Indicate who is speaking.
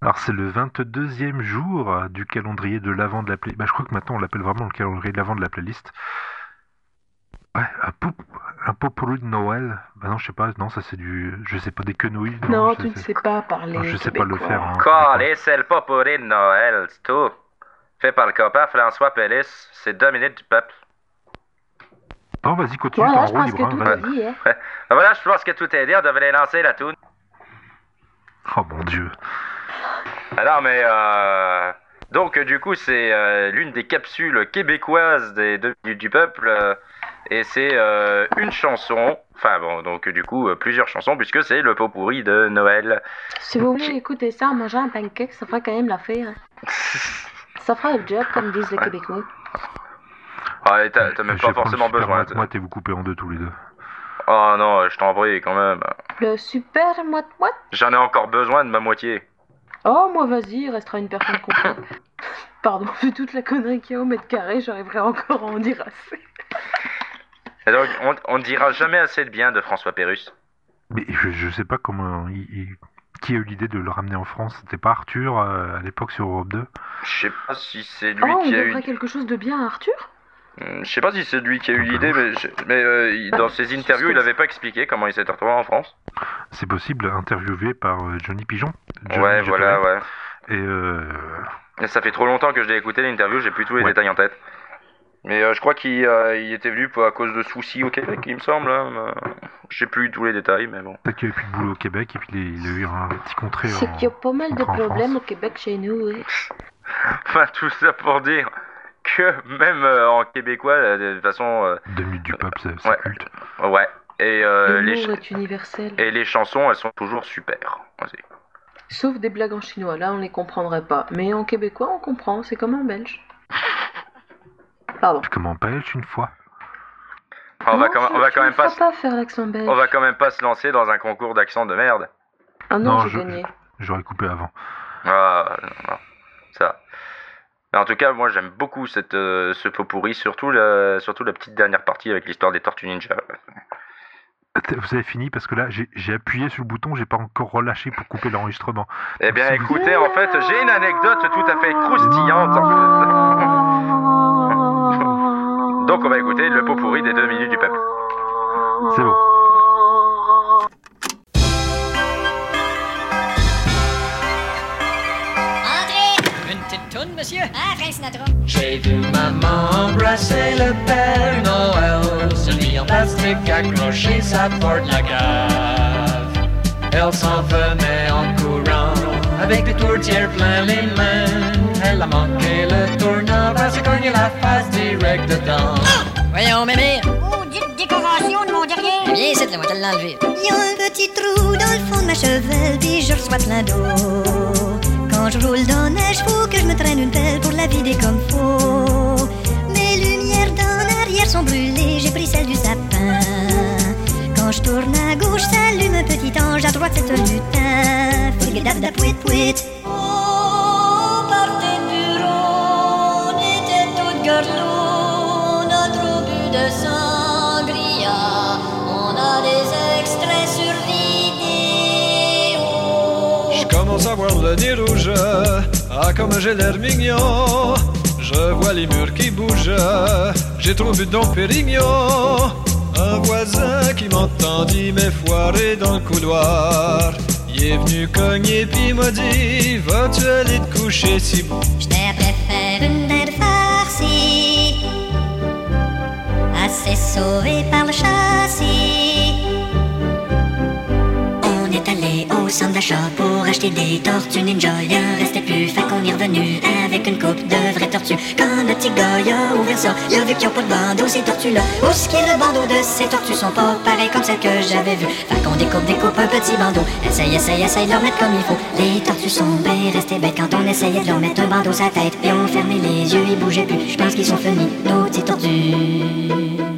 Speaker 1: Alors c'est le 22e jour du calendrier de l'avant de la playlist. Bah, je crois que maintenant on l'appelle vraiment le calendrier de l'avant de la playlist. Ouais, un, pop, un popolo de Noël. Bah non, je sais pas, non, ça c'est du. Je sais pas, des quenouilles.
Speaker 2: Non,
Speaker 1: je
Speaker 2: tu ne
Speaker 1: sais-
Speaker 2: sais pas parler.
Speaker 1: non, je sais pas le
Speaker 2: québécois.
Speaker 1: faire. hein.
Speaker 3: Calé, c'est le pot pourri de Noël, c'est tout. Fait par le copain François Pélis, c'est deux minutes du peuple.
Speaker 1: Bon, vas-y, continue
Speaker 2: Voilà,
Speaker 1: ton
Speaker 2: je
Speaker 1: roue
Speaker 2: pense
Speaker 1: libre.
Speaker 2: que
Speaker 1: hein,
Speaker 2: tout
Speaker 1: vas-y.
Speaker 2: est dit. hein.
Speaker 3: Ben voilà, je pense que tout est dit, on devrait lancer la toune.
Speaker 1: Oh mon dieu.
Speaker 3: Alors, mais euh... Donc, du coup, c'est euh, l'une des capsules québécoises des deux minutes du peuple. euh, et c'est euh, une chanson. Enfin bon, donc du coup, euh, plusieurs chansons, puisque c'est le pot pourri de Noël.
Speaker 2: Si vous voulez écouter ça en mangeant un pancake, ça fera quand même l'affaire. hein. Ça fera le job, comme disent les
Speaker 3: Ouais.
Speaker 2: Québécois.
Speaker 3: Ah, et t'as t'as même
Speaker 1: Je vais
Speaker 3: pas
Speaker 1: prendre le
Speaker 3: forcément
Speaker 1: Super
Speaker 3: besoin.
Speaker 1: Mac, Moi, t'es vous coupez en deux tous les deux.
Speaker 3: Oh non, je t'en prie, quand même.
Speaker 2: Le super moite-moite.
Speaker 3: J'en ai encore besoin de ma moitié.
Speaker 2: Oh, moi, vas-y, il restera une personne complète. Pardon, vu toute la connerie qu'il y a au mètre carré, j'arriverai encore à en dire assez.
Speaker 3: Et donc, on, on ne dira jamais assez de bien de François Pérus.
Speaker 1: Mais je, je sais pas comment. il- il- Qui a eu l'idée de le ramener en France C'était pas Arthur euh, à l'époque sur Europe 2
Speaker 3: Je sais pas si c'est lui
Speaker 2: Oh, on
Speaker 3: qui a
Speaker 2: devrait
Speaker 3: eu.
Speaker 2: quelque chose de bien à Arthur
Speaker 3: Hmm, Je sais pas si c'est lui qui a eu l'idée, mais, je- mais, euh, il-
Speaker 2: Ah,
Speaker 3: dans ses interviews, il avait pas expliqué comment il s'était retrouvé en France.
Speaker 1: C'est possible, interviewé par euh, Johnny Pigeon. Johnny
Speaker 3: ouais,
Speaker 1: Pigeon.
Speaker 3: voilà, ouais.
Speaker 1: Et euh,
Speaker 3: Et ça fait trop longtemps que je l'ai écouté l'interview, j'ai plus tous les
Speaker 1: Ouais.
Speaker 3: détails en tête. Mais euh, je crois qu'il euh, il était venu pour- à cause de soucis au Québec, il me semble. hein, mais, euh, J'ai plus tous les détails, mais bon.
Speaker 1: peut-être qu'il n'y avait plus de boulot au Québec et puis il est- il a, eu un petit contré.
Speaker 2: C'est
Speaker 1: en-
Speaker 2: qu'il y a pas mal de
Speaker 1: en France.
Speaker 2: problèmes au Québec chez nous. hein.
Speaker 3: Enfin, tout ça pour dire que même euh, en québécois, euh, de façon, euh,
Speaker 1: Deux minutes du peuple, c'est c'est
Speaker 3: Ouais.
Speaker 1: culte.
Speaker 3: ouais. Et, euh, les
Speaker 2: L'humour
Speaker 3: ch-
Speaker 2: est universel.
Speaker 3: et les chansons, elles sont toujours super. Vas-y.
Speaker 2: Sauf des blagues en chinois, là on les comprendrait pas. Mais en québécois on comprend, c'est comme en belge. Pardon.
Speaker 1: Comment pêche une fois
Speaker 3: On va
Speaker 2: Non,
Speaker 3: quand,
Speaker 2: tu-
Speaker 3: on va
Speaker 2: tu
Speaker 3: quand
Speaker 2: ne
Speaker 3: même pas,
Speaker 2: feras pas faire l'accent belge.
Speaker 3: on va quand même pas se lancer dans un concours d'accent de merde.
Speaker 2: Ah non,
Speaker 1: Non,
Speaker 2: j'ai
Speaker 1: je-
Speaker 2: gagné.
Speaker 1: J'aurais coupé avant.
Speaker 3: Ah, non, non. ça. Mais en tout cas, moi j'aime beaucoup cette, euh, ce pot pourri, surtout la, surtout la petite dernière partie avec l'histoire des Tortues Ninja.
Speaker 1: Attends, Vous avez fini parce que là, j'ai j'ai appuyé sur le bouton, j'ai pas encore relâché pour couper l'enregistrement.
Speaker 3: Eh bien
Speaker 1: Merci beaucoup.
Speaker 3: écoutez, en fait, j'ai une anecdote tout à fait croustillante. en fait. Donc, on va écouter le pot pourri des deux minutes du peuple.
Speaker 1: C'est bon.
Speaker 4: Entrez!
Speaker 5: Une petite toune, monsieur?
Speaker 4: Hein, Frank Sinatra?
Speaker 6: J'ai vu maman embrasser le Père Noël, celui en plastique accroché sa porte la cave. Elle s'en venait en courant, avec des tourtières plein les mains. Elle a manqué le tournant, parce qu'elle cognait la face direct dedans.
Speaker 5: Voyons, Eh mémé.
Speaker 4: Oh, dites décoration de mon derrière!
Speaker 5: Viens ici, là, moi, te l'enlever.
Speaker 7: Il y a un petit trou dans le fond de ma chevelle, puis je reçois plein d'eau. Quand je roule dans neige, faut que je me traîne une pelle pour la vider comme faut. Mes lumières d'en arrière sont brûlées, j'ai pris celle du sapin. Quand je tourne à gauche, s'allume un petit ange, à droite c'est un lutin. Frigidabda pouit pouit.
Speaker 4: Oh, par tes bureaux, on était toutes garlons, on a trop bu de sangria, on a des extraits sur Oh. vidéo.
Speaker 6: Je commence à voir le nez rouge, ah comme j'ai l'air mignon. Je vois les murs qui bougent, j'ai trop bu dans Pérignon. Un voisin qui m'entendit m'effoirer dans le couloir. Il est venu cogner puis m'a dit Vas-tu aller te coucher si bon
Speaker 7: J'étais préfère une belle farcie, assez sauvée par le châssis. On est allé au centre d'achat pour acheter des tortues ninja. Il en restait plus, fait qu'on est revenu avec une coupe de vraies tortues. Quand le petit gars il a ouvert ça, il a vu qu'il n'y a pas de bandeau, ces tortues-là. Où ce qu'il y a le bandeau de ces tortues sont pas pareilles comme celles que j'avais vues. Fait qu'on découpe, découpe un petit bandeau. Essaye, essaye, essaye de leur mettre comme il faut. Les tortues sont bien restées bêtes quand on essayait de leur mettre un bandeau sur la tête. Et on fermait les yeux, ils bougeaient plus. Je pense qu'ils sont finis, nos petites tortues.